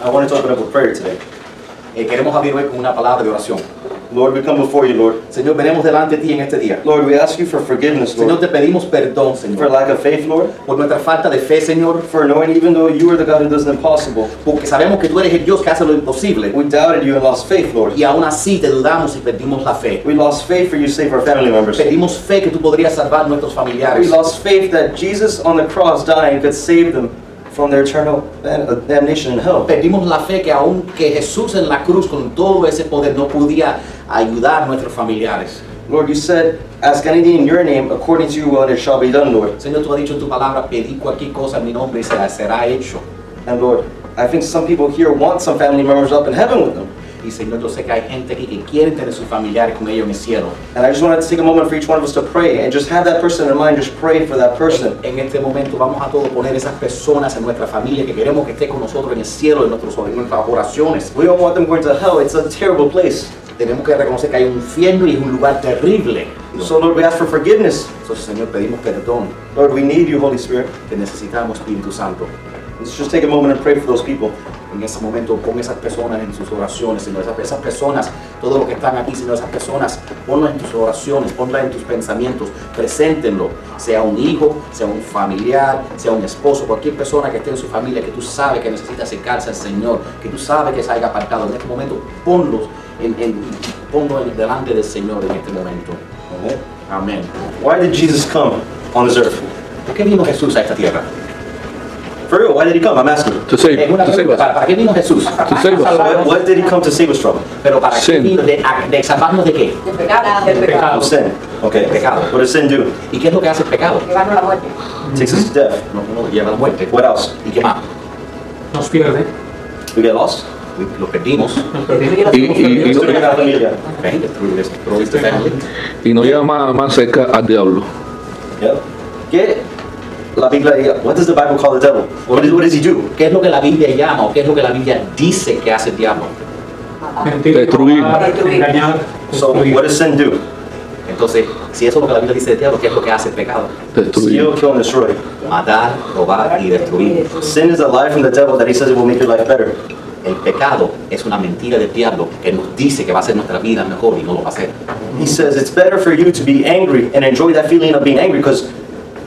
I wanted to open up with prayer today. Eh, queremos abrir hoy con una palabra de oración. Lord, we come before you, Lord. Señor, venimos delante de ti en este día. Lord, we ask you for forgiveness, Lord. Señor, te pedimos perdón, For Señor, lack of faith, Lord. por nuestra falta de fe, Señor, For knowing even though you are the God who does the impossible, porque sabemos que tú eres el Dios que hace lo imposible. we doubted you and lost faith, Lord. Y aún así te dudamos y perdimos la fe. We lost faith for you to save our family members. Pedimos fe que tú podrías salvar a nuestros We familiares. lost faith that Jesus on the cross dying could save them from their eternal ban- uh, damnation in hell. Perdimos la fe que aún que Jesús en la cruz con todo ese poder no podía ayudar a nuestros familiares. Lord, you said, Ask anything in your name according to your will, and it shall be done, Lord. Señor, tú has dicho en tu palabra, pedí cualquier cosa en mi nombre y será, será hecho. And Lord, I think some people here want some family members up in heaven with them. Y Señor, yo sé que hay gente aquí que quiere tener sus familiares con ellos en el cielo. And I just wanted to take a moment for each one of us to pray and just have that person in mind, just pray for that person. En este momento vamos a todos poner esas personas en nuestra familia que queremos que esté con nosotros en el cielo, en, nuestros, en nuestras oraciones. We don't want them going to hell, it's a terrible place. Tenemos que reconocer que hay un infierno y es un lugar terrible. So, Lord, we ask for forgiveness. Entonces, Señor, pedimos perdón. Lord, we need you, Holy Spirit. Te necesitamos, Espíritu Santo. Let's just take a moment and pray for those people. En ese momento, con esas personas en sus oraciones, Señor. Esas, esas personas, todos los que están aquí, Señor, esas personas, ponlas en tus oraciones, ponlas en tus pensamientos, preséntenlo. Sea un hijo, sea un familiar, sea un esposo, cualquier persona que esté en su familia, que tú sabes que necesita acercarse al Señor, que tú sabes que se haya apartado. En este momento, ponlos en, en- ponlo en- delante del Señor en este momento. Amen. Amén. Why did Jesus come on this earth? ¿Por qué vino Jesús a esta tierra? For real, why did he come? I'm asking. To save, Es una to save pregunta, ¿para, us. para qué vino Jesús? save us. What, what did he come to save us from? Pero para qué Sin. vino de, de salvarnos de qué? del pecado, del From pecado, sin. Okay. Pecado. What does sin do? ¿Y qué es lo que hace el pecado? llevarnos a la muerte. It takes us to death. No, uno lleva a la muerte. What else? ¿Y qué más? nos pierde. We get lost. Lo perdimos. Nos pierde. Y, y- y We no, don't have familia. Ven, destruir este- destruir este family. y no lleva más, más cerca al diablo. Yep. Get La Biblia. What does the Bible call the devil? What, is, what does he do? ¿Qué es lo que la Biblia llama o qué es lo que la Biblia dice que hace el diablo? Mentir, Destruir. robar, Destruir. engañar, So destruir. what does sin do? Entonces, si eso es lo que la Biblia dice del diablo, ¿qué es lo que hace el pecado? Destruir. Steal, kill, and destroy. Matar, robar y destruir. Sin is a lie from the devil that he says it will make your life better. El pecado es una mentira del diablo que nos dice que va a hacer nuestra vida mejor y no lo va a hacer. He says it's better for you to be angry and enjoy that feeling of being angry because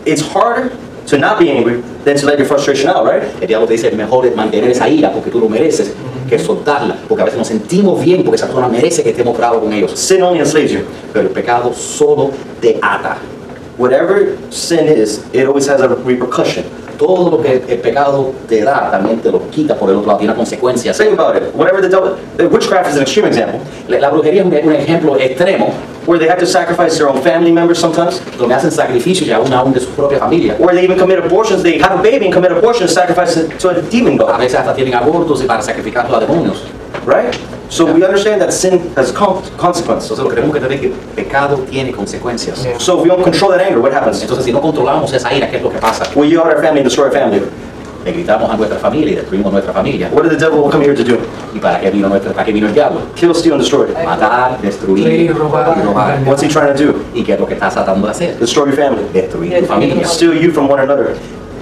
it's harder to not be angry than to let your frustration out, right? El diablo te dice, mejor es mantener esa ira porque tú lo mereces que soltarla, porque a veces nos sentimos bien porque esa persona merece que estemos bravos con ellos. Sin only enslaves you. Pero el pecado solo te ata. Whatever sin is, it always has a repercussion. Todo lo que el pecado te da también te lo quita por el otro lado, tiene consecuencias. Think about it. Whatever the devil, the witchcraft is an extreme example, La, la brujería es un, un ejemplo extremo where they have to sacrifice their own family members sometimes, donde hacen sacrificios y aún aún de su propia familia. or they even commit abortions. They have a baby and commit abortion and sacrifice it to a demon A god, veces hasta tienen abortos y para sacrificarlo a demonios. right? So we understand that sin has con- consequences. Entonces lo que tenemos que tener es que pecado tiene consecuencias. So if we don't control that anger, what happens? Entonces si no controlamos esa ira, ¿qué es lo que pasa? We yell at our family and destroy our family. Le gritamos a nuestra familia y destruimos nuestra familia. What did the devil come here to do? ¿Y para qué vino, nuestra, para qué vino el diablo? Kill, steal, and destroy. Matar, destruir Sí, robar. y robar. What's he trying to do? ¿Y qué es lo que estás tratando de hacer? Destroy your family. Destruir tu familia. Steal you from one another.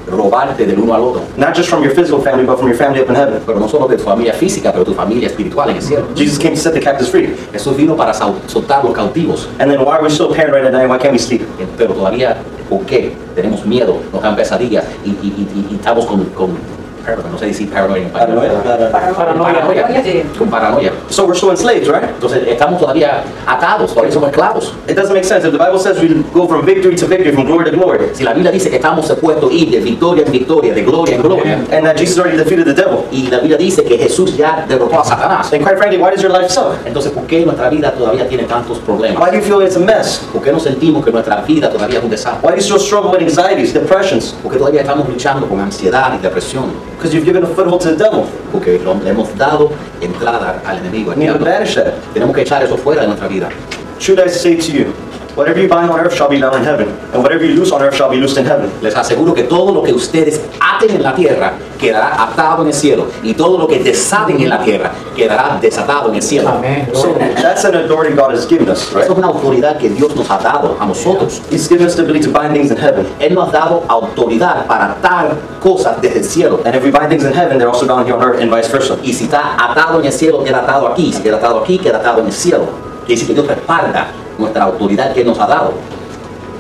Robarte del uno al otro. Not just from your physical family, but from your family up in heaven. pero no solo de tu familia física, pero tu familia espiritual en el cielo. Jesus came to set the captives free. Jesús vino para sau- soltar los cautivos, And then why are we so paranoid at night? Why can't we sleep? eh, pero todavía, ¿por qué? Tenemos miedo, nos dan pesadillas y, y- y- y estamos con, con paranoia, no sé decir paranoia en I don't español. know. I don't know. Con Paranoia. paranoia, con paranoia. So we're still enslaved, right? Entonces estamos todavía atados, todavía somos esclavos. It doesn't make sense. If the Bible says we go from victory to victory, from glory to glory, Si la Biblia dice que estamos supuestos ir de victoria en victoria, de gloria en gloria, and that Jesus already defeated the devil, y la Biblia dice que Jesús ya derrotó a Satanás, then quite frankly, why does your life suck? entonces ¿por qué nuestra vida todavía tiene tantos Why problemas? do you feel it's a mess? ¿Por qué no sentimos que nuestra vida todavía es un desastre? Why do you still struggle with anxieties, depressions? Porque todavía estamos luchando con ansiedad y depresión. Because you've given a foothold to the devil. Porque lo- le hemos dado entrada al enemigo. al We need to diablo. banish that. Tenemos que echar eso fuera de nuestra vida. Should I say to you, Whatever you bind on earth shall be bound in heaven, and whatever you loose on earth shall be loosed in heaven. Les aseguro que todo lo que ustedes aten en la tierra quedará atado en el cielo. Y todo lo que desaten en la tierra quedará desatado en el cielo. Amén. So that's an authority God has given us, Eso es right? una autoridad que Dios nos ha dado a nosotros. He's given us the ability to bind things in heaven. Él nos ha dado autoridad para atar cosas desde el cielo. And if we bind things in heaven, they're also bound here on earth, and vice versa. Y si está atado en el cielo, queda atado aquí. Si queda atado aquí, queda atado en el cielo. Quiere decir que Dios respalda nuestra autoridad que Él nos ha dado.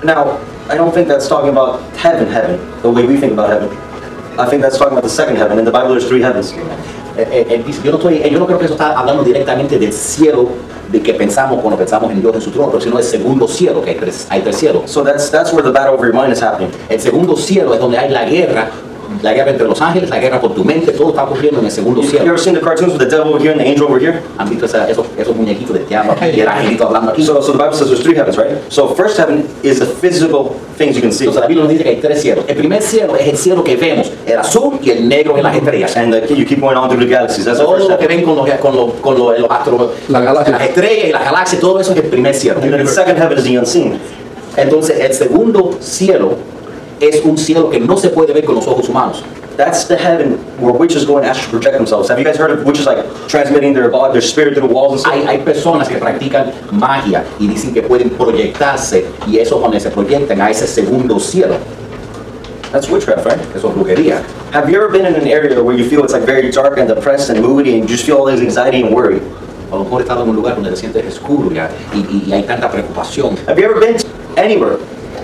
Now, I don't think that's talking about heaven, heaven, the way we think about heaven. I think that's talking about the second heaven. In the Bible, there's three heavens. Eh, eh, él dice, yo, no estoy, eh, yo no creo que eso está hablando directamente del cielo de que pensamos cuando pensamos en Dios en su trono, pero sino del segundo cielo, que hay tres, hay tres cielos. So that's that's where the battle over your mind is happening. El segundo cielo es donde hay la guerra, la guerra entre los ángeles, la guerra por tu mente, todo está ocurriendo en el segundo You, you ever cielo. seen the cartoons with the devil over here and the angel over here? ¿Han visto esa- esos, esos muñequitos del diablo y el angelito hablando aquí? So, so the Bible says there's three heavens, right? So first heaven is the physical things you can see, Entonces la Biblia nos dice que hay tres cielos. El primer cielo es el cielo que vemos, el azul y el negro en las estrellas. and the, you keep going on through the galaxies. That's the Todo first lo que heaven. ven con los, con los, con los, los astro- La galaxia. las estrellas y las galaxias, todo eso es el primer cielo. And then the second heaven is the unseen. Entonces, el segundo cielo es un cielo que no se puede ver con los ojos humanos. That's the heaven where witches go and astral project themselves. Have you guys heard of witches like transmitting their body, their spirit through the walls and Hay, stuff? hay personas que practican magia y dicen que pueden proyectarse y eso es donde se proyectan a ese segundo cielo. That's witchcraft, right? Eso es brujería. Have you ever been in an area where you feel it's like very dark and depressed and moody and you just feel all this anxiety and worry? A lo mejor estás en un lugar donde te sientes oscuro ya, y, y- y hay tanta preocupación. Have you ever been to anywhere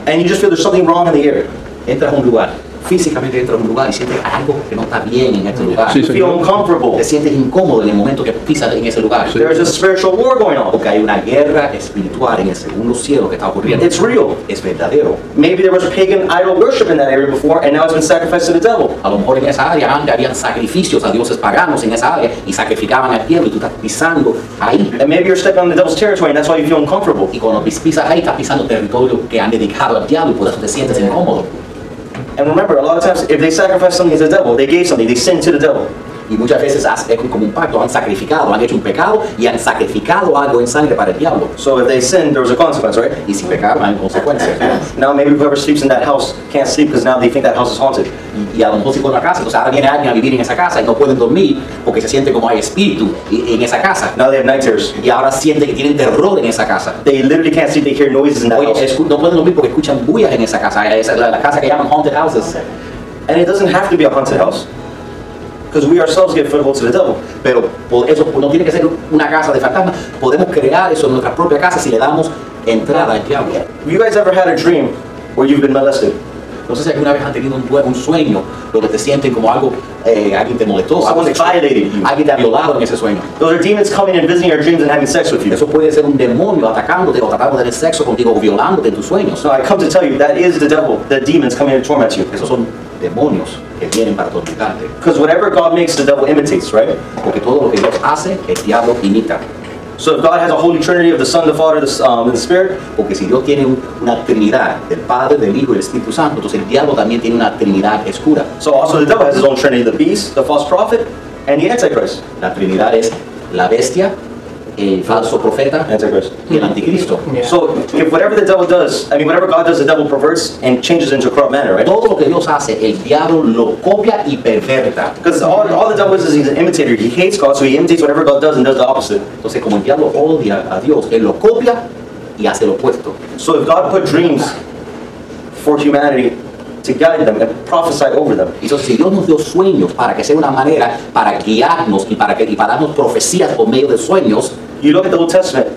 and you just feel there's something wrong in the air? Entras a un lugar, físicamente entras a un lugar y sientes algo que no está bien en este lugar. Sí, You sí. feel uncomfortable. Te sientes incómodo en el momento que pisas en ese lugar. Sí. There's a spiritual war going on. Porque hay una guerra espiritual en el segundo cielo que está ocurriendo. It's real. Es verdadero. Maybe there was pagan idol worship in that area before, and now it's been sacrificed to the devil. A lo mejor en esa área antes habían sacrificios a dioses paganos en esa área y sacrificaban al diablo y tú estás pisando ahí. ¿eh? And maybe you're stepping on the devil's territory, and that's why you feel uncomfortable. Y cuando pis- pisas ahí estás pisando territorio que han dedicado al diablo y por eso te sientes incómodo. And remember, a lot of times, if they sacrifice something to the devil, they gave something, they sinned to the devil. Y muchas veces has- es como un pacto, han sacrificado, han hecho un pecado y han sacrificado algo en sangre para el diablo. So if they sinned, there was a consequence, right? Y si pecaron hay consecuencias. Now maybe whoever sleeps in that house can't sleep because now they think that house is haunted. Y, y a lo mejor si con la casa, entonces ahora viene alguien a vivir en esa casa y no pueden dormir porque se siente como hay espíritu y- en esa casa. Now they have night terrors. Y ahora siente que tienen terror en esa casa. They literally can't sleep, they hear noises in that Oye, house. escu- no pueden dormir porque escuchan bullas en esa casa, esa, la, la casa que llaman haunted houses. And it doesn't have to be a haunted house. Because we ourselves give foothold to the devil. Pero po- eso no tiene que ser una casa de fantasmas. Podemos crear eso en nuestra propia casa si le damos entrada al diablo. Have you guys ever had a dream where you've been molested? No sé si alguna vez han tenido un, due- un sueño donde te sienten como algo, eh, alguien te molestó, algo Someone sexual. violated you. alguien te ha violado en ese sueño. Those are demons coming and visiting your dreams and having sex with you. Eso puede ser un demonio atacándote o tratando de tener sexo contigo o violándote en tus sueños. So I come to tell you, that is the devil, the demons coming to torment you. Esos son demonios que vienen para tormentarte. Because whatever God makes, the devil imitates, right? Porque todo lo que Dios hace, el diablo imita. So if God has a holy trinity of the Son, the Father, the, um, and the Spirit, Porque si Dios tiene un- una Trinidad, del Padre, del Hijo y del Espíritu Santo, entonces el diablo también tiene una Trinidad oscura. so also the devil has his own trinity, the beast, the false prophet, and the Antichrist. La Trinidad es la bestia, el falso profeta Antichrist. y el anticristo. Yeah. So if whatever the devil does, I mean whatever God does, the devil perverts and changes into a corrupt manner, right? Todo lo que Dios hace, el diablo lo copia y perverta. Because all, all the devil is is he's an imitator. He hates God, so he imitates whatever God does and does the opposite. Entonces, como el diablo odia a Dios, él lo copia y hace lo opuesto. So if God put dreams for humanity to guide them and prophesy over them, Y Entonces, si Dios nos dio sueños para que sea una manera para guiarnos y para, que, y para darnos profecías por medio de sueños, you look at the Old Testament,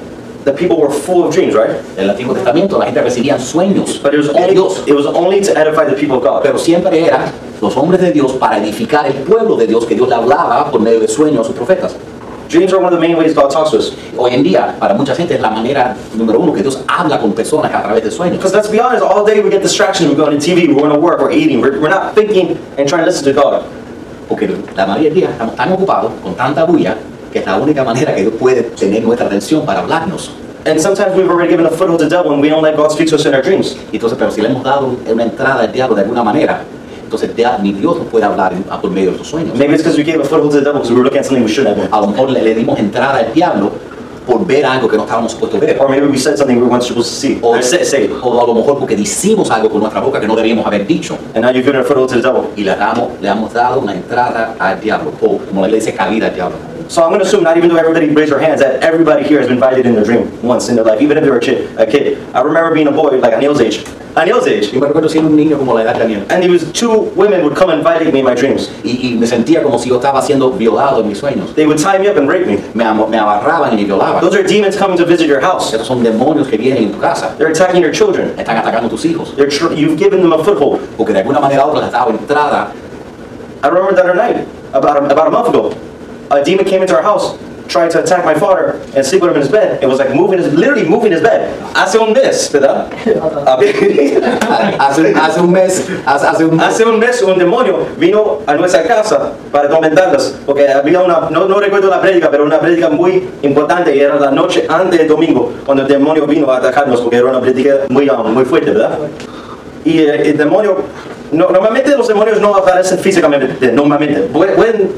the people were full of dreams, right? en el Antiguo Testamento la gente recibía sueños But it was de only, Dios. it was only to edify the people of God. pero siempre eran los hombres de Dios para edificar el pueblo de Dios que Dios le hablaba por medio de sueños a sus profetas. Dreams are one of the main ways God talks to us. Hoy en día, para mucha gente es la manera número uno que Dios habla con personas a través de sueños. Because let's be honest, all day we get distractions. We're going to TV, we're going to work, we're eating, we're, we're not thinking and trying to listen to God. Porque la mayoría del día estamos tan ocupados con tanta bulla que es la única manera que Dios puede tener nuestra atención para hablarnos. And sometimes we've already given a foothold to the devil and we don't let God speak to us in our dreams. Y Entonces, pero si le hemos dado una entrada al diablo de alguna manera, entonces ya ni Dios nos puede hablar en- por medio de los sueños. Maybe it's because we gave a foothold to the devil because we were looking at something we shouldn't have. A lo mejor le, le dimos entrada al diablo por ver algo que no estábamos supuestos a ver. Or maybe we said something we weren't supposed to see. O, Or say, say it. o a lo mejor porque decimos algo con nuestra boca que no debíamos haber dicho. And now you've given a foothold to the devil. Y le, damos, le hemos dado una entrada al diablo, o como la Biblia dice, cabida al diablo. So I'm going to assume, not even though everybody raised their hands, that everybody here has been invited in their dream once in their life, even if they were a kid. A kid. I remember being a boy, like Anil's age. Anil's age. Yo me recuerdo siendo un niño como la edad de Daniel. And there was two women would come and violate me in my dreams. Y, y me sentía como si yo estaba siendo violado en mis sueños. They would tie me up and rape me. Me, am- me abarraban y me violaban. Those are demons coming to visit your house. Esos son demonios que vienen en tu casa. They're attacking your children. Están atacando a tus hijos. They're tr- you've given them a foothold. Porque de alguna manera u otra les has dado entrada. I remember the other night, about a, about a month ago, a demon came into our house, tried to attack my father and sleep with him in his bed. It was like moving his, literally moving his bed. Hace un mes, ¿verdad? Uh, Ha- Hace, hace un mes, hace, hace un mes, Hace un mes un demonio vino a nuestra casa para tormentarnos, porque había una, no, no recuerdo la prédica, pero una prédica muy importante y era la noche antes del domingo, cuando el demonio vino a atacarnos, porque era una prédica muy, um, muy fuerte, ¿verdad? Y eh, el demonio, no- normalmente los demonios no aparecen físicamente, eh, normalmente, Pu- pueden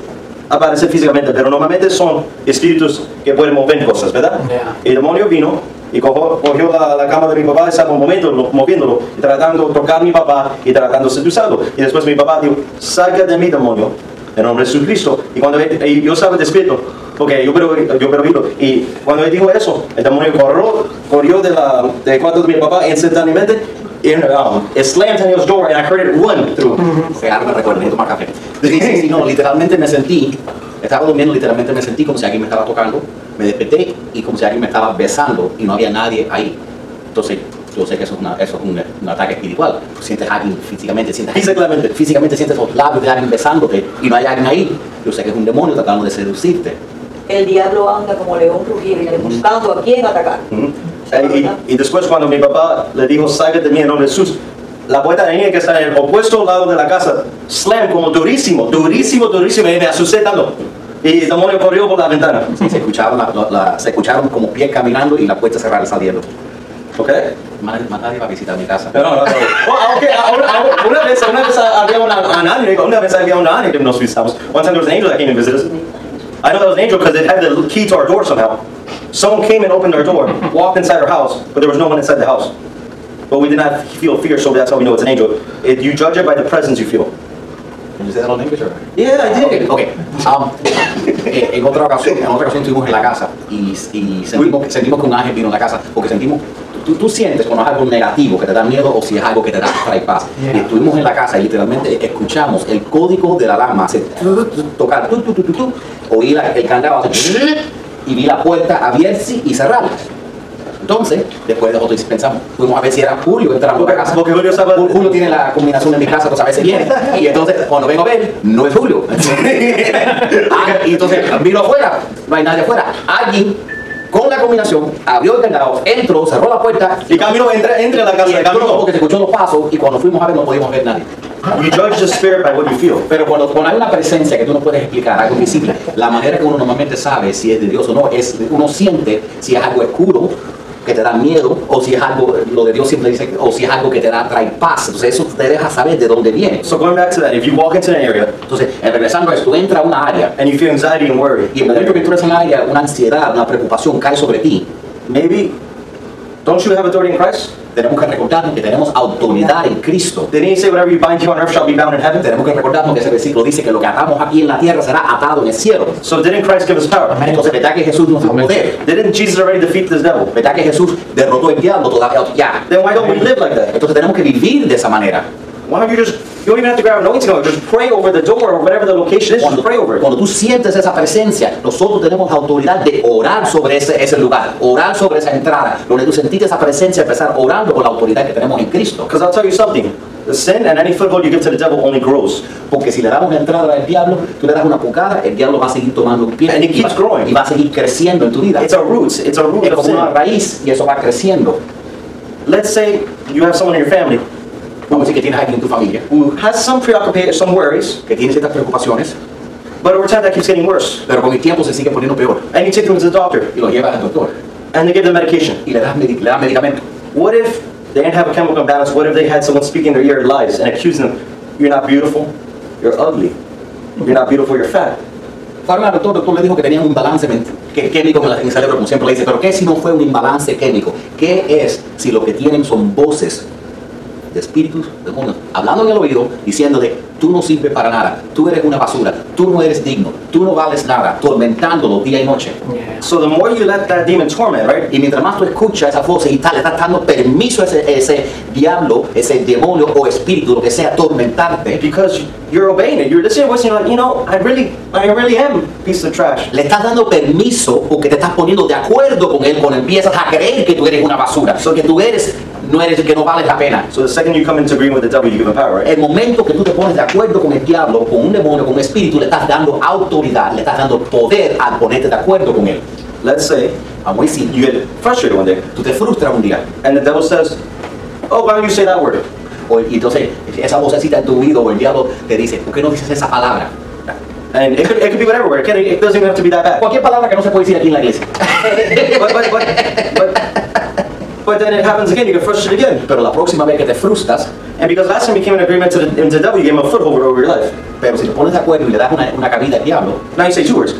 aparecer físicamente, pero normalmente son espíritus que pueden mover cosas, ¿verdad? Yeah. El demonio vino y cogió, cogió la, la cama de mi papá y estaba moviéndolo, moviéndolo, y tratando de tocar a mi papá y tratando de seducirlo. Y después mi papá dijo, salga de mi demonio, en nombre de Jesucristo. Y cuando él- y yo estaba despierto, porque yo pero yo pero vino. Y cuando él dijo eso, el demonio corrió, corrió de la, del cuarto de mi papá instantáneamente. And, um, it slammed on his door and I heard it run through. se ahora me recuerdo, necesito tomar café. Sí, sí, sí, no, literalmente me sentí, estaba durmiendo, literalmente me sentí como si alguien me estaba tocando, me desperté y como si alguien me estaba besando y no había nadie ahí. Entonces, yo sé que eso es, una- eso es un, un ataque espiritual. Tú sientes a alguien físicamente, sientes Físicamente. físicamente sientes los labios de alguien besándote y no hay alguien ahí. Yo sé que es un demonio tratando de seducirte. El diablo anda como león rugiente, buscando a quién atacar. Eh, Y, y después cuando mi papá le dijo, salga de mí en nombre de Jesús, la puerta de niña que está en el opuesto lado de la casa, slam como durísimo, durísimo, durísimo, y me asusté tanto. Y el demonio corrió por la ventana. Sí, se, escuchaban la- la- la- se escucharon como pies caminando y la puerta cerrada y saliendo. ¿Ok? Más, más nadie va a visitar mi casa. No, no, no. Bueno, aunque a- a- a- una vez, una vez había una, an anime, una vez había una anime que nos visitamos. One time there was an angel that came and visited us. I know that was an angel because it had the key to our door somehow. Someone came and opened our door, walked inside our house, but there was no one inside the house. But we did not feel fear, so that's how we know it's an angel. It, you judge it by the presence you feel. Can you say that on English or- Yeah, I Ok, did. ok. Um, eh, en otra ocasión, en otra ocasión estuvimos en la casa y, y sentimos, que- sentimos que un ángel vino a la casa porque sentimos, tú, tú sientes cuando es algo negativo que te da miedo o si es algo que te da trae paz. Yeah. Y estuvimos en la casa y literalmente escuchamos el código de la alarma, hacer tu, tu, tu, tocar, tu, tu, tu, tu, tu, oí la- el candado hacer y vi la puerta abierta y cerrada. Entonces, después de otro pensamos, fuimos a ver si era Julio entrando a la casa. Porque Julio estaba- Jul- Julio tiene la combinación en mi casa, pues a veces viene. Y entonces, cuando vengo a ver, no es Julio. Ah, y entonces, vino afuera, no hay nadie afuera. Alguien, con la combinación, abrió el candado, entró, cerró la puerta. Y camino entra, entra en la Y casa, entró camino. porque se escuchó los pasos y cuando fuimos a ver no podíamos ver nadie. You judge the spirit by what you feel. Pero cuando, cuando hay una presencia que tú no puedes explicar, algo invisible, la manera que uno normalmente sabe si es de Dios o no, es uno siente si es algo oscuro que te da miedo, o si es algo, lo de Dios siempre dice, o si es algo que te da, trae paz. Entonces eso te deja saber de dónde viene. So going back to that, if you walk into an area Entonces, eh, regresando a esto, entra a una área, and you feel anxiety and worry, y en el momento que tú entras en la área, una ansiedad, una preocupación cae sobre ti. maybe, don't you have authority in Christ? Tenemos que recordarnos que tenemos autoridad en Cristo. Didn't he say whatever you bind here on earth shall be bound in heaven? Tenemos que recordarnos que ese versículo dice que lo que atamos aquí en la tierra será atado en el cielo. So didn't Christ give us power? Entonces, ¿verdad que Jesús nos da Amén. poder? Didn't Jesus already defeat this devil? ¿Verdad que Jesús derrotó el diablo todavía ya? Then why don't we live like that? Entonces tenemos que vivir de esa manera. Why don't you just, you don't even have to grab anointing oil, just pray over the door or whatever the location is, just Cuando, pray over it. cuando tú sientes esa presencia, nosotros tenemos la autoridad de orar sobre ese, ese lugar, orar sobre esa entrada. Donde tú sentiste esa presencia, empezar orando con la autoridad que tenemos en Cristo. Because I'll tell you something, the sin and any foothold you give to the devil only grows. Porque si le damos una entrada al diablo, tú le das una pulgada, el diablo va a seguir tomando un pie And it y, va, keeps growing. y va a seguir creciendo en tu vida. It's a root, it's a root Es of como una sin. raíz y eso va creciendo. Let's say you have someone in your family Vamos a decir que tienes alguien en tu familia who has some preoccupation, some worries, que tiene ciertas preocupaciones, but over time that keeps getting worse. pero con el tiempo se sigue poniendo peor. And you take them to the doctor Y lo llevas al doctor and they give them medication. y le das, medi- le das medicamento. What if they didn't have a chemical imbalance? What if they had someone speaking their ear lies and accusing them? You're not beautiful, you're ugly. You're not beautiful, you're fat. Ahora el doctor, doctor le dijo que tenían un balance ment- que- químico en, la- en el cerebro, como siempre le dice, pero ¿qué si no fue un imbalance químico? ¿Qué es si lo que tienen son voces de espíritus demonios hablando en el oído, diciéndole, tú no sirves para nada, tú eres una basura, tú no eres digno, tú no vales nada, tormentándolo día y noche? So the more you let that demon torment, right? Y mientras más tú escuchas esa voz y tal, le estás dando permiso a ese, ese diablo, ese demonio o espíritu, lo que sea, tormentarte. Because you're obeying it, you're listening to voice, and you're like, you know, I really, I really am a piece of trash. Le estás dando permiso porque te estás poniendo de acuerdo con él cuando empiezas a creer que tú eres una basura, so que tú eres, no eres, que no vales la pena. So the second you come into agreement with the devil, you give him power, right? El momento que tú te pones de acuerdo con el diablo, con un demonio, con un espíritu, le estás dando autoridad, le estás dando poder al ponerte de acuerdo con él. Let's say Vamos a decir, you get frustrated one day, tú te frustras un día. and the devil says, oh, why don't you say that word? O- y entonces esa vocecita en tu oído o el diablo te dice, ¿por qué no dices esa palabra? And it could, it could be whatever, it, can, it doesn't even have to be that bad. Cualquier palabra que no se puede decir aquí en la iglesia. but, but, but, but, but then it happens again, you get frustrated again. Pero la próxima vez que te frustras, And because last time you came in agreement to the, into the devil, you gave him a foothold over your life. pero si te pones de acuerdo y le das una, una cabida al diablo, Now you say two words.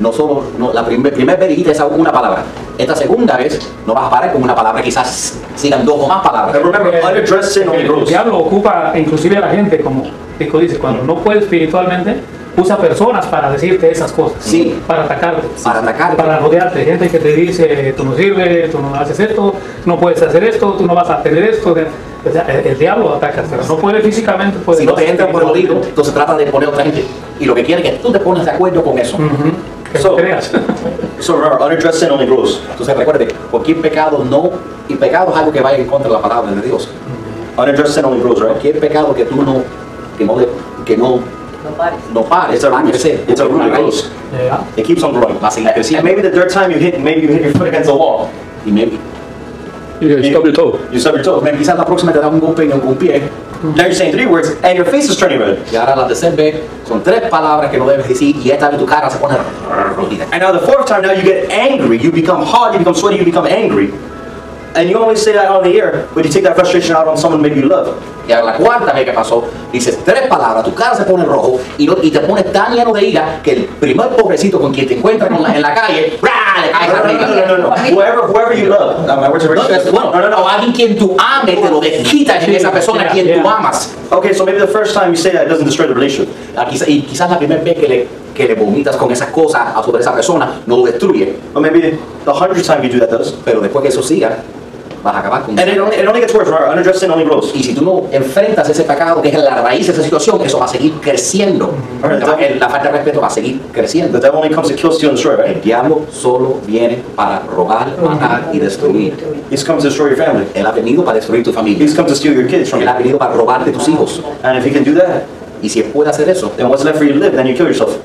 no solo, no, la primer- primera vez dijiste esa una palabra. Esta segunda vez no vas a parar con una palabra, quizás sigan dos o más palabras. And remember, Porque unaddressed sin only el, el grows. diablo ocupa inclusive a la gente, como Tico dice, cuando no puede espiritualmente, usa personas para decirte esas cosas, Sí. para atacarte, Para atacarte. para rodearte, gente que te dice, tú no sirves, tú no haces esto, no puedes hacer esto, tú no vas a tener esto. O sea, el, el diablo ataca, pero no puede físicamente, puede Si no te entra por el oído, espiritualmente. entonces trata de poner otra gente. Y lo que quiere es que tú te pones de acuerdo con eso. Mm. Que So- creas. So remember, unaddressed sin only grows. Entonces recuerde, cualquier pecado no, y pecado es algo que vaya en contra de la palabra de Dios. Unaddressed sin only grows, right? Cualquier pecado que tú no, que no, le- que no, no pares. no pares, It's a va a root. crecer. It's a Una root. It raíz. grows. Ya. It keeps on growing. Va a seguir And creciendo. maybe the third time you hit, maybe you hit your foot against the wall. Y me, Yeah, stub your toe. You stub your toe. Entonces, quizás la próxima te da un golpe en algún pie. ¿eh? Now you're saying three words, and your face is turning red. Y ahora la tercera vez son tres palabras que no debes decir y esta vez tu cara se pone rojita. And now the fourth time, now you get angry. You become hot, you become sweaty, you become angry. And you only say that on the air, but you take that frustration out on someone maybe you love. Y ahora la cuarta vez que pasó, dices tres palabras, tu cara se pone rojo y, no- y te pones tan lleno de ira que el primer pobrecito con quien te encuentras con la- en la calle, ¡bra! le caes No, no, arriba. no, no, no, no. Whoever, whoever you love. Uh, my words are No, very es- bueno, No, no, o no. alguien quien tú ames te lo desquitas en Sí, esa persona a yeah, quien tú yeah. amas. Okay, so maybe the first time you say that it doesn't destroy the relationship. Ah, quizá- y quizás la primera vez que le, que le vomitas con esas cosas a sobre esa persona no lo destruye, But maybe the hundredth time you do that does. pero después que eso siga, vas a acabar con And it only, it only gets worse, right? Unaddressed sin only grows. Y si tú no enfrentas ese pecado que es la raíz de esa situación, eso va a seguir creciendo. Ahora, La, entonces- la falta de respeto va a seguir The creciendo. devil only comes to kill, steal, and destroy, El right? diablo solo viene para robar, matar y destruir. He's come to destroy your family. Él ha venido para destruir tu familia. He's come to steal your kids from you. Él ha venido para robarte tus hijos. And if he can do that, Y si él puede hacer eso, then what's left for you to live? Then you kill yourself.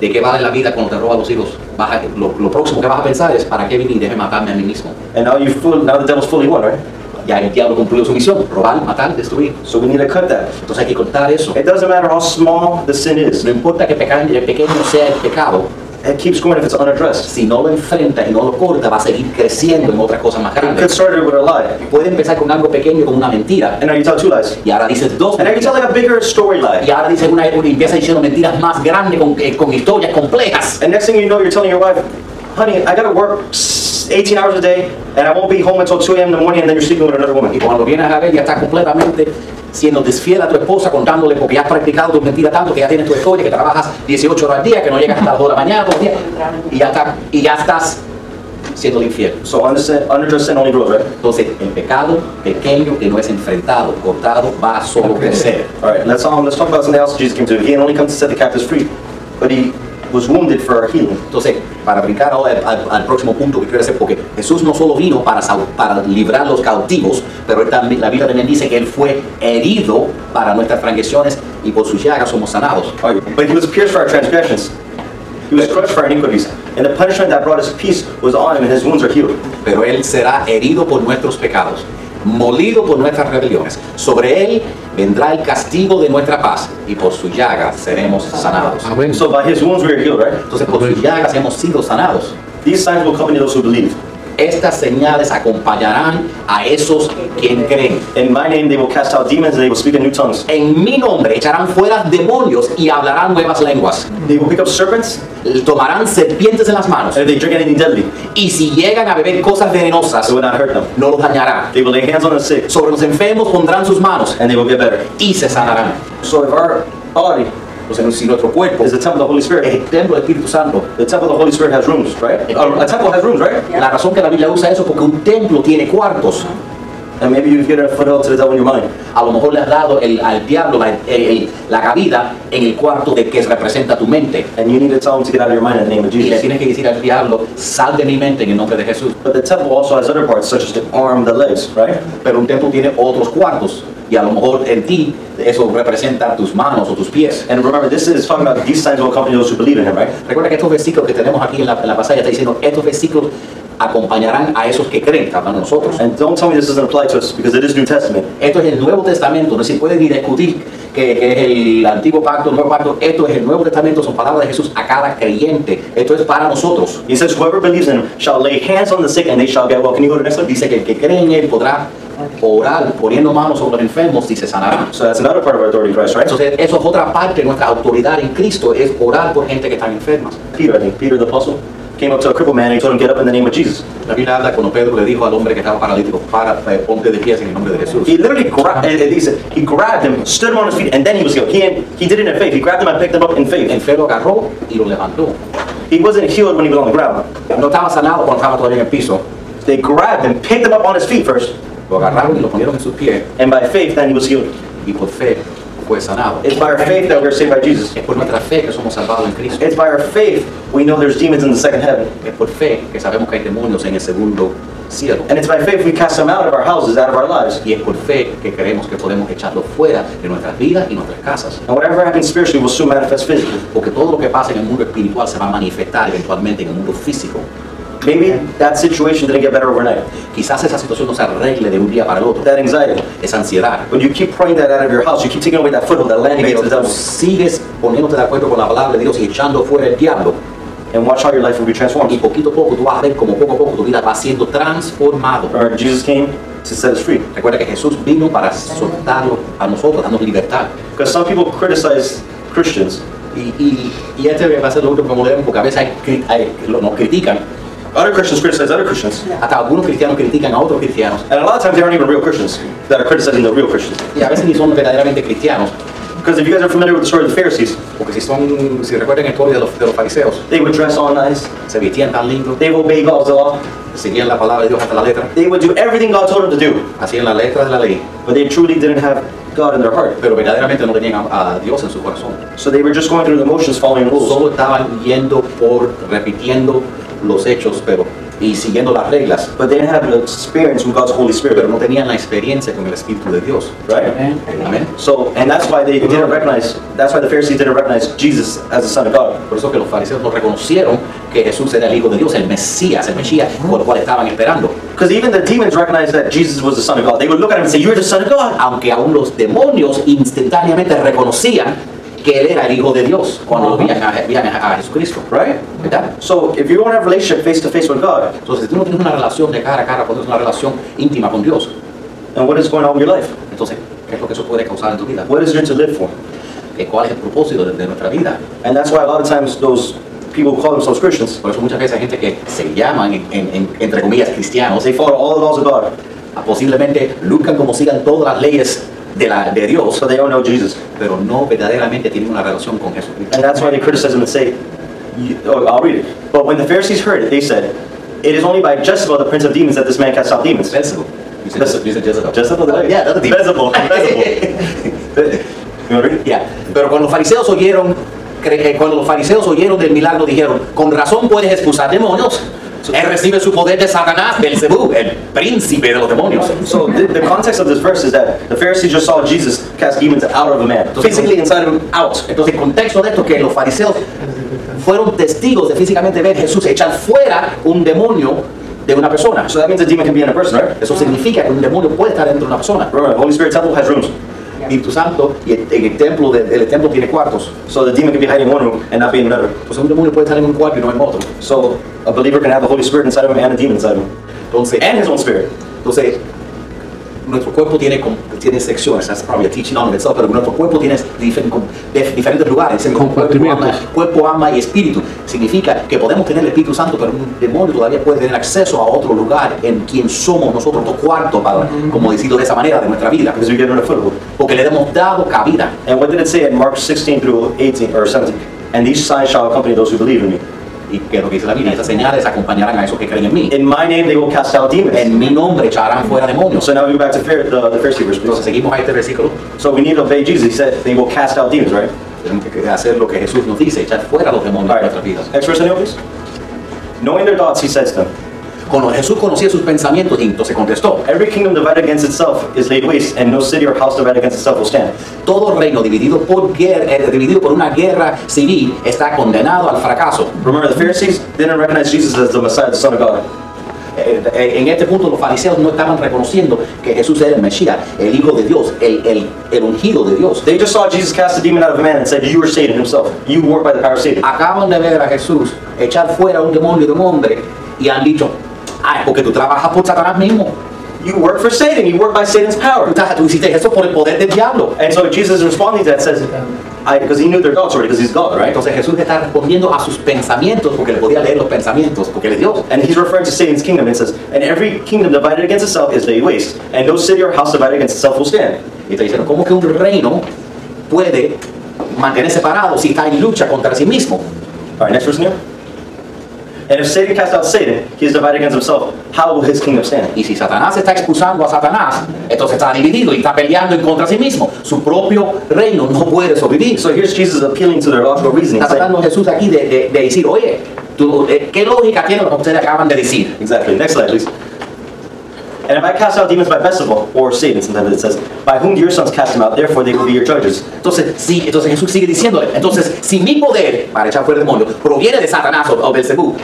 ¿de qué vale la vida cuando te roban los hijos? Vas a- lo, lo próximo que vas a pensar es, ¿para qué vine y dejé matarme a mí mismo? And now you full, now the devil's fully won, right? Ya el diablo cumplió su misión, robar, matar, destruir. So we need to cut that. Entonces hay que cortar eso. It doesn't matter how small the sin is. No importa que peca- el pequeño sea el pecado, It keeps going if it's unaddressed. si no lo enfrenta y no lo corta, va a seguir creciendo en otras cosas más You could grandes. start it with a lie. Puede empezar con algo pequeño, con una mentira, And now you tell two lies. y ahora dices dos And now you tell mentiras, like a bigger story lie. y ahora dices una y empieza diciendo mentiras más grandes, con, eh, con historias complejas. And next thing you know, you're telling your wife, honey, I gotta work s- 18 hours a day and I won't be home until 2 a.m. in the morning and then you're sleeping with another Y woman. cuando vienes a ver, ya estás completamente siendo desfiel a tu esposa, contándole porque ya has practicado tu mentira tanto, que ya tienes tu historia, que trabajas 18 horas al día, que no llegas hasta las 2 de la mañana, todos los días, y ya, está- y ya estás siendo infiel. So understand, unaddressed sin only grows, right? Entonces, el pecado pequeño que no es enfrentado, cortado, va a solo crecer. All right, let's, um, let's talk about something else Jesus came to do. He only comes to set the captives free, but he was wounded for our healing. Entonces, para brincar ahora al, al- al próximo punto que quiero hacer, porque Jesús no solo vino para, sau- para librar los cautivos, pero él también, la Biblia también dice que Él fue herido para nuestras transgresiones y por sus llagas somos sanados. All right, But he was pierced for our transgressions. He was crushed for our iniquities. And the punishment that brought us peace was on him and his wounds are healed. Pero Él será herido por nuestros pecados, molido por nuestras rebeliones. Sobre Él vendrá el castigo de nuestra paz y por sus llagas seremos sanados. Amén. So by his wounds we are healed, right? Entonces, por sus llagas hemos sido sanados. These signs will accompany those who believe. Estas señales acompañarán a esos quien creen. In my name they will cast out demons and they will speak in new tongues. En mi nombre echarán fuera demonios y hablarán nuevas lenguas. They will pick up serpents and Tomarán serpientes en las manos. if they drink anything deadly, it Y si llegan a beber cosas venenosas, will not hurt them. no los dañará. They will lay hands on the sick Sobre los enfermos pondrán sus manos and they will get better. y se sanarán. So if our body Entonces, si nuestro cuerpo is the temple of the Holy es Spirit, el templo del Espíritu Santo, the temple of the Holy Spirit has rooms, right? A, a temple has rooms, right? la razón que la Biblia usa eso es porque un templo tiene cuartos. And maybe you've given a foothold to the devil in your mind. A lo mejor le has dado el- al diablo la, el- el- la cabida en el cuarto de que representa tu mente. And you need to tell him to get out of your mind in the name of Y le Jesus. tienes que decir al diablo, sal de mi mente en el nombre de Jesús. But the temple also has other parts, such as the arm, the legs, right? Pero un templo tiene otros cuartos. Y a lo mejor en ti eso representa tus manos o tus pies. And remember, this is talking about these signs will accompany those who believe in him, right? Recuerda que estos versículos que tenemos aquí en la, en la pasada está diciendo, estos versículos acompañarán a esos que creen, que hablando nosotros. And don't tell me this doesn't apply to us because it is New Testament. Esto es el Nuevo Testamento, no se puede ni discutir que, que es el antiguo pacto, el nuevo pacto. Esto es el Nuevo Testamento, son palabras de Jesús a cada creyente. Esto es para nosotros. He says, whoever believes in him shall lay hands on the sick and they shall get well. Can you go to the next one? Dice que el que cree en Él podrá orar poniendo manos sobre los enfermos y se sanarán. So that's another part of our authority in Christ, right? So Entonces, eso es otra parte de nuestra autoridad en Cristo, es orar por gente que está enferma. Peter, I think, Peter the apostle, came up to a crippled man and he told him, get up in the name of Jesus. La Biblia habla cuando Pedro le dijo al hombre que estaba paralítico, para, eh, ponte de pies en el nombre de Jesús. He literally grabbed, he grabbed him, stood him on his feet, and then he was healed. He, he did it in faith. He grabbed him and picked him up in El faith. enfermo agarró y lo levantó. He wasn't healed when he was on the ground. No estaba sanado cuando estaba todavía en el piso. They grabbed him, picked him up on his feet first, Lo agarraron y lo ponieron en sus pies. and by faith, then he was healed. y por fe fue sanado. It's by our faith that we're saved by Jesus. Es por nuestra fe que somos salvados en Cristo. It's by our faith we know there's demons in the second heaven. Es por fe que sabemos que hay demonios en el segundo cielo. And it's by faith we cast them out of our houses, out of our lives. Y es por fe que creemos que podemos echarlos fuera de nuestras vidas y nuestras casas. And whatever happens spiritually will soon manifest physically. Porque todo lo que pasa en el mundo espiritual se va a manifestar eventualmente en el mundo físico. Maybe that situation didn't get better overnight. Quizás esa situación no se arregle de un día para el otro. That anxiety. Esa ansiedad. When you keep praying that out of your house, you keep taking away that foothold, that landing Pero against the tú devil. sigues poniéndote de acuerdo con la palabra de Dios y echando fuera el diablo. And watch how your life will be Y transformed. poquito a poco tú vas a ver como poco a poco tu vida va siendo transformado. Or Jesus came to set us free. Recuerda que Jesús vino para soltarlo a nosotros, darnos libertad. Because some people criticize Christians. Y, y, y este va a ser lo último que vamos a leer, porque a veces hay cri- hay- lo- nos critican. Other Christians criticize other Christians. Hasta algunos cristianos critican a otros cristianos. And a lot of times they aren't even real Christians that are criticizing the real Christians. Y a veces ni son verdaderamente cristianos. Because if you guys are familiar with the story of the Pharisees, Porque si son, si recuerdan el historia de los, de los fariseos, they would dress all nice, se vestían tan lindo, they would obey God's law, seguían la palabra de Dios hasta la letra, they would do everything God told them to do, hacían la letra de la ley, but they truly didn't have God in their heart. pero verdaderamente no tenían a, a Dios en su corazón. So they were just going through the motions, following rules. Solo estaban yendo por, repitiendo los hechos, pero, y siguiendo las reglas, But they didn't have an experience with God's Holy pero no Spirit, tenían la experiencia con el Espíritu de Dios. right? Amén. So, and that's why they didn't recognize, that's why the Pharisees didn't recognize Jesus as the Son of God. Por eso que los fariseos no reconocieron que Jesús era el Hijo de Dios, el Mesías, el Mesías, por lo cual estaban esperando. Because even the demons recognized that Jesus was the Son of God. They would look at him and say, You're the Son of God. Aunque aún los demonios instantáneamente reconocían que Él era el Hijo de Dios cuando lo veían a, veían a- a Jesucristo. Right? ¿Verdad? So, if you don't have a relationship face to face with God, Entonces, si tú no tienes una relación de cara a cara, cuando es una relación íntima con Dios, then what is going on with your life? entonces, ¿qué es lo que eso puede causar en tu vida? Pues, What is there to live for? ¿Qué- ¿Cuál es el propósito de, de nuestra vida? And that's why a lot of times those people who call themselves Christians, Por eso muchas veces hay gente que se llaman, en- en- en- entre comillas, cristianos, they follow all the laws of God, posiblemente luchan como sigan todas las leyes de, la, de Dios, so they don't know Jesus. pero no verdaderamente tienen una relación con Jesucristo. And that's why they criticize him and say, you- oh, I'll read it. But when the Pharisees heard it, they said, It is only by Jezebel, the prince of demons, that this man casts out demons. Jezebel. You said Jezebel. Jezebel. You said Jezebel, Jezebel. the Yeah, that's a demon. Jezebel, Jezebel. you want to read? Yeah. Pero cuando los fariseos oyeron, cre- eh, cuando los fariseos oyeron del milagro, dijeron, con razón puedes expulsar demonios. Él recibe su poder de Satanás, del Zebú, el príncipe de los demonios. So the, the context of this verse is that the Pharisees just saw Jesus cast demons out of a man, physically inside of him, out. Entonces, el contexto de esto es que los fariseos fueron testigos de físicamente ver a Jesús echar fuera un demonio de una persona. So that means a demon can be in a person, right? Eso significa que un demonio puede estar dentro de una persona. Remember, the Holy Spirit temple has rooms. Espíritu Santo y el- en el templo, de- el templo tiene cuartos. So the demon can be hiding in one room and not be in another. Entonces un demonio puede estar en un cuarto y no en otro. So a believer can have the Holy Spirit inside of him and a demon inside of him. Entonces, And his own spirit. entonces nuestro cuerpo tiene, com- tiene secciones, that's probably a teaching on itself, pero nuestro cuerpo tiene difer- com- de- diferentes lugares, El cuerpo, Compartimientos. alma, cuerpo, alma y espíritu. Significa que podemos tener el Espíritu Santo, pero un demonio todavía puede tener acceso a otro lugar en quien somos nosotros, otro cuarto, para, como decirlo de esa manera, de nuestra vida, Because we get rid of foothold. porque le hemos dado cabida. And what did it say in Mark 16 through 18 or 17? And these signs shall accompany those who believe in me. Y que es lo que dice la Biblia, esas señales acompañarán a esos que creen en mí. In my name they will cast out demons. En mi nombre echarán fuera demonios. So now we go back to Phar- the, the Pharisee verse, Entonces please. seguimos a este versículo. So we need to obey Jesus. He said they will cast out demons, right? Tenemos que hacer lo que Jesús nos dice, echar fuera los demonios All de right. nuestras vidas. Next verse, Daniel, please. Knowing their thoughts, he says to them, Cuando Jesús conocía sus pensamientos, y entonces contestó, Every kingdom divided against itself is laid waste, and no city or house divided against itself will stand. todo reino dividido por, guerra, eh, dividido por una guerra civil está condenado al fracaso. Remember, the Pharisees didn't recognize Jesus as the Messiah, the Son of God. Eh, eh, En este punto los fariseos no estaban reconociendo que Jesús era el Mesías, el Hijo de Dios, el, el- el ungido de Dios. They just saw Jesus cast a demon out of a man and said, You were Satan himself. You work by the power of Satan. Acaban de ver a Jesús echar fuera un demonio de un hombre y han dicho, ah, es porque tú trabajas por Satanás mismo. You work for Satan. You work by Satan's Tú, power. estás- tú hiciste eso por el poder del diablo. And so Jesus responding to that says, Because he knew their thoughts already, because he's God, right? Entonces Jesús le está respondiendo a sus pensamientos porque le podía leer los pensamientos, porque le dio. And he's referring to Satan's kingdom and says, And every kingdom divided against itself is laid waste, and no city or house divided against itself will stand. Y te dicen, ¿cómo que un reino puede mantenerse parado si está en lucha contra sí mismo? All right, next verse, Neil. And if Satan cast out Satan, he is divided against himself. How will his kingdom stand? Y si Satanás está expulsando a Satanás, entonces está dividido y está peleando en contra de sí mismo. Su propio reino no puede sobrevivir. So here's Jesus appealing to their logical reasoning. Está saying- tratando Jesús aquí de, de- de decir, oye, tú, eh, ¿qué lógica tiene lo que ustedes acaban de decir? Exactly. Next slide, please. And if I cast out demons by Beelzebul, or Satan, sometimes it says, by whom do your sons cast them out? Therefore they will be your judges. Entonces, sí, entonces Jesús sigue diciéndole, entonces, si mi poder para echar fuera demonios proviene de Satanás o, o Belcebú,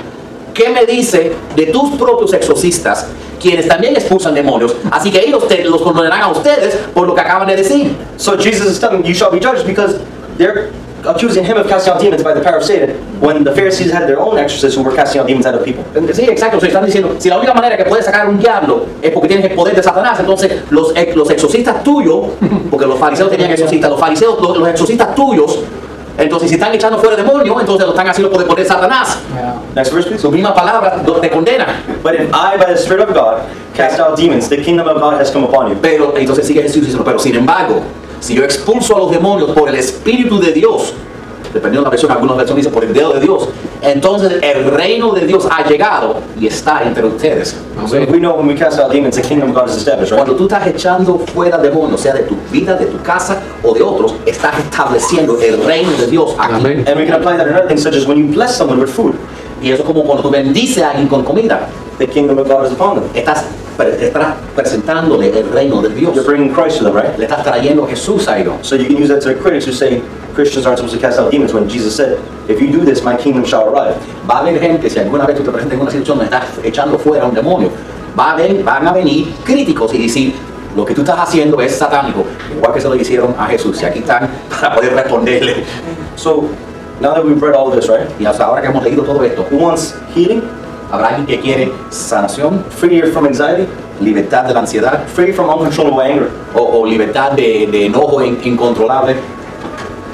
¿qué me dice de tus propios exorcistas, quienes también expulsan demonios? Así que ellos te- los condenarán a ustedes por lo que acaban de decir. So Jesus is telling them, you shall be judged because they're accusing him of casting out demons by the power of Satan when the Pharisees had their own exorcists who were casting out demons out of people. Sí, exacto, se están diciendo, si la única manera que puedes sacar un diablo es porque tienes el poder de Satanás, entonces los, ex- los exorcistas tuyos, porque los fariseos tenían exorcistas, los fariseos, los, los exorcistas tuyos, entonces si están echando fuera demonios, entonces lo están haciendo por el poder de Satanás. Ya. Next verse, please. Sus mismas palabras lo- te condenan. But if I, by the Spirit of God, cast out demons, the kingdom of God has come upon you. Pero entonces sigue Jesús diciendo, pero sin embargo, si yo expulso a los demonios por el Espíritu de Dios, dependiendo de la versión, algunas versiones dicen por el dedo de Dios, entonces el reino de Dios ha llegado y está entre ustedes. So we know when we cast out demons, the kingdom of God is established, right? Cuando tú estás echando fuera demonios, sea de tu vida, de tu casa o de otros, estás estableciendo el reino de Dios aquí. Amén. And we can apply that in other things, such as when you bless someone with food, Y eso es como cuando tú bendices a alguien con comida, the kingdom of God is upon them. estás, pre- estás presentándole el reino de Dios. You're bringing Christ to them, right? Le estás trayendo a Jesús a ellos. So you can use that to the critics who say Christians aren't supposed to cast out demons when Jesus said, if you do this, my kingdom shall arrive. Va a haber gente, si alguna vez tú te presentas en una situación donde estás echando fuera a un demonio, va a haber- van a venir críticos y decir, lo que tú estás haciendo es satánico, igual que se lo hicieron a Jesús. Y aquí están para poder responderle. So now that we've read all this, right? Y hasta ahora que hemos leído todo esto, Who wants healing, habrá alguien que quiere sanación, free from anxiety, libertad de la ansiedad free from uncontrollable anger, o, o libertad de, de enojo in- incontrolable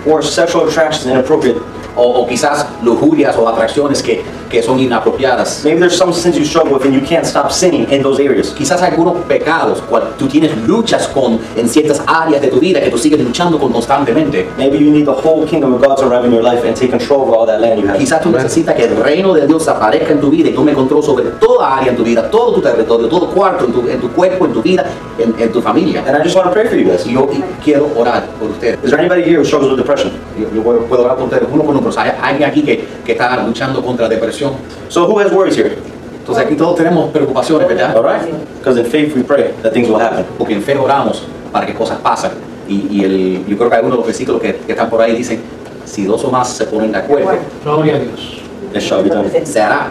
or sexual attractions inappropriate. o, o quizás lujurias o atracciones que, que son inapropiadas. Maybe there's some sins you struggle with and you can't stop sinning in those areas. Quizás algunos pecados, cual, tú tienes luchas con, en ciertas áreas de tu vida que tú sigues luchando con constantemente. Maybe you need the whole kingdom of God to arrive in your life and take control of all that land you have. Quizás tú necesitas que el reino de Dios aparezca en tu vida y tome control sobre toda área en tu vida, todo tu territorio, todo cuarto, en tu, en tu cuerpo, en tu vida, en, en tu familia. And I just want to pray for you guys. Y yo quiero orar por ustedes. Is there anybody here who struggles with depression? Yo, yo puedo, puedo hablar con ustedes uno por uno, pero hay alguien aquí que, que está luchando contra depresión. So who has worries here? Entonces aquí todos tenemos preocupaciones, All ¿verdad? right? Because in faith we pray that things will happen. Porque en fe oramos para que cosas pasen. Y, y el, yo creo que algunos de los versículos que, que están por ahí dicen, si dos o más se ponen de acuerdo, Gloria a Dios. It shall be done. se hará.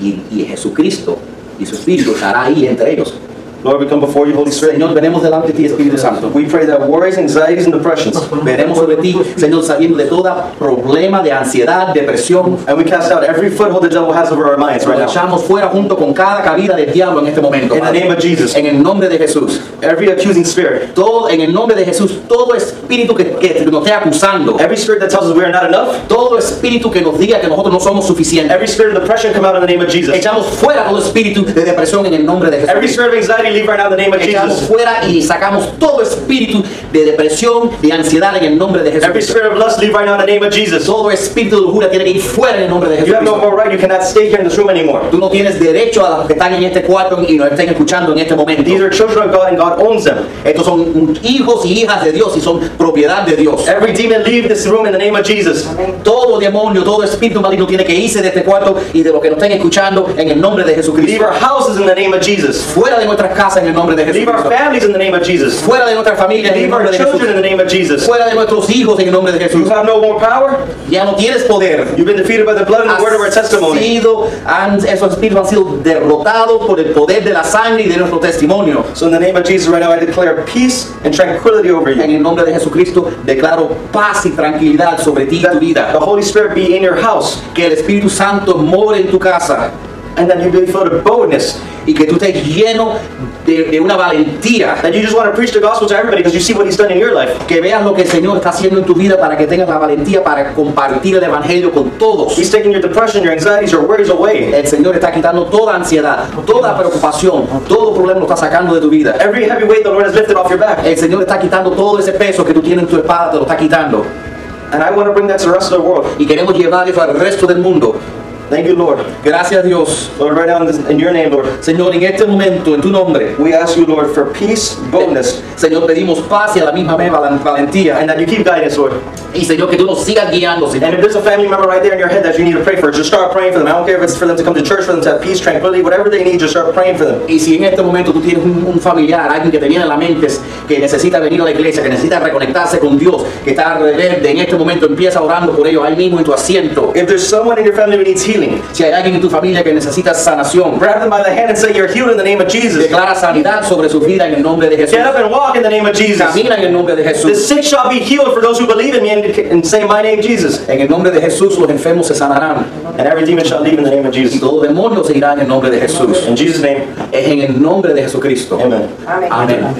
Y, y Jesucristo y su Espíritu estará ahí entre ellos. Lord, we come before you, Holy Spirit. Señor, venemos delante de ti, Espíritu Santo. We pray that worries, anxieties, and depressions, Veremos sobre ti, Señor, saliendo de toda problema de ansiedad, depresión. and we cast out every foothold the devil has over our minds Lo right now. echamos fuera junto con cada cabida del diablo en este momento. In the Padre. name of Jesus. En el nombre de Jesús. Every accusing spirit, Todo, en el nombre de Jesús, todo espíritu que, que nos esté acusando, every spirit that tells us we are not enough, todo espíritu que nos diga que nosotros no somos suficientes, every spirit of depression, come out in the name of Jesus. echamos fuera todo espíritu de depresión en el nombre de Every Jesús. spirit of anxiety, leave right now in the name of Echamos Jesus. fuera y sacamos todo espíritu de depresión, de ansiedad en el nombre de Every Jesús. spirit of lust, leave right now in the name of Jesus. Todo espíritu de lujura tiene que ir fuera en el nombre de You Jesús. have no more right. You cannot stay here in this room anymore. Tú no tienes derecho a los que están en este cuarto y nos estén escuchando en este momento. These are children of God, and God owns them. Estos son hijos y hijas de Dios y son propiedad de Dios. Every demon, leave this room in the name of Jesus. Todo demonio, todo espíritu maligno tiene que irse de este cuarto y de los que nos estén escuchando en el nombre de Leave Jesucristo. our houses in the name of Jesus. Fuera de nuestras casas en el nombre de Leave our Jesucristo. families in the name of Jesus. Fuera de nuestras familias en el Leave our nombre de Jesús. children in the name of Jesus. Fuera de nuestros hijos en el nombre de You Jesús. have no more power. Ya no tienes poder. You've been defeated by the blood and the word of our Has testimony. sido, han- esos espíritus han sido derrotados por el poder de la sangre y de nuestro testimonio. So in the name of Jesus, right now, I declare peace and tranquility over En you. el nombre de Jesucristo declaro paz y tranquilidad sobre ti y tu vida. The Holy Spirit be in your house, Que el Espíritu Santo more en tu casa and that you be filled with boldness. y que tú estés lleno de, de una valentía. That you just want to preach the gospel to everybody because you see what He's done in your life. Que veas lo que el Señor está haciendo en tu vida para que tengas la valentía para compartir el Evangelio con todos. He's taking your depression, your anxieties, your worries away. El Señor está quitando toda ansiedad, toda preocupación, todo problema lo está sacando de tu vida. Every heavy weight the Lord has lifted off your back. El Señor está quitando todo ese peso que tú tienes en tu espada, te lo está quitando. And I want to bring that to the rest of the world. Y queremos llevar eso al resto del mundo. Thank you, Lord. Gracias a Dios. Lord, right now in, this, in your name, Lord, Señor, en este momento, en tu nombre, we ask you, Lord, for peace, boldness, Señor, pedimos paz y a la misma vez val- valentía. and that you keep guiding us, Lord. Y Señor, que tú nos sigas guiando, And if Señor. there's a family member right there in your head that you need to pray for, just start praying for them. I don't care if it's for them to come to church, for them to have peace, tranquility, whatever they need, just start praying for them. Y si en este momento tú tienes un, un familiar, alguien que te viene a la mente, que necesita venir a la iglesia, que necesita reconectarse con Dios, que está rebelde, en este momento empieza orando por ellos ahí mismo en tu asiento. If there's someone in your family who needs healing, Si hay alguien en tu familia que necesita sanación, grab them by the hand and say, You're healed in the name of Jesus. declara sanidad sobre su vida en el nombre de Jesús. Get up and walk in the name of Jesus. Camina en el nombre de The Jesús. sick shall be healed for those who believe in me and, and say, My name, Jesus. En el nombre de Jesús los enfermos se sanarán And every demon shall leave in the name of y Jesus. todo demonio se irá en el nombre de Jesús. In Jesus' name, Es en el nombre de Jesucristo. amen. Amén. Amén.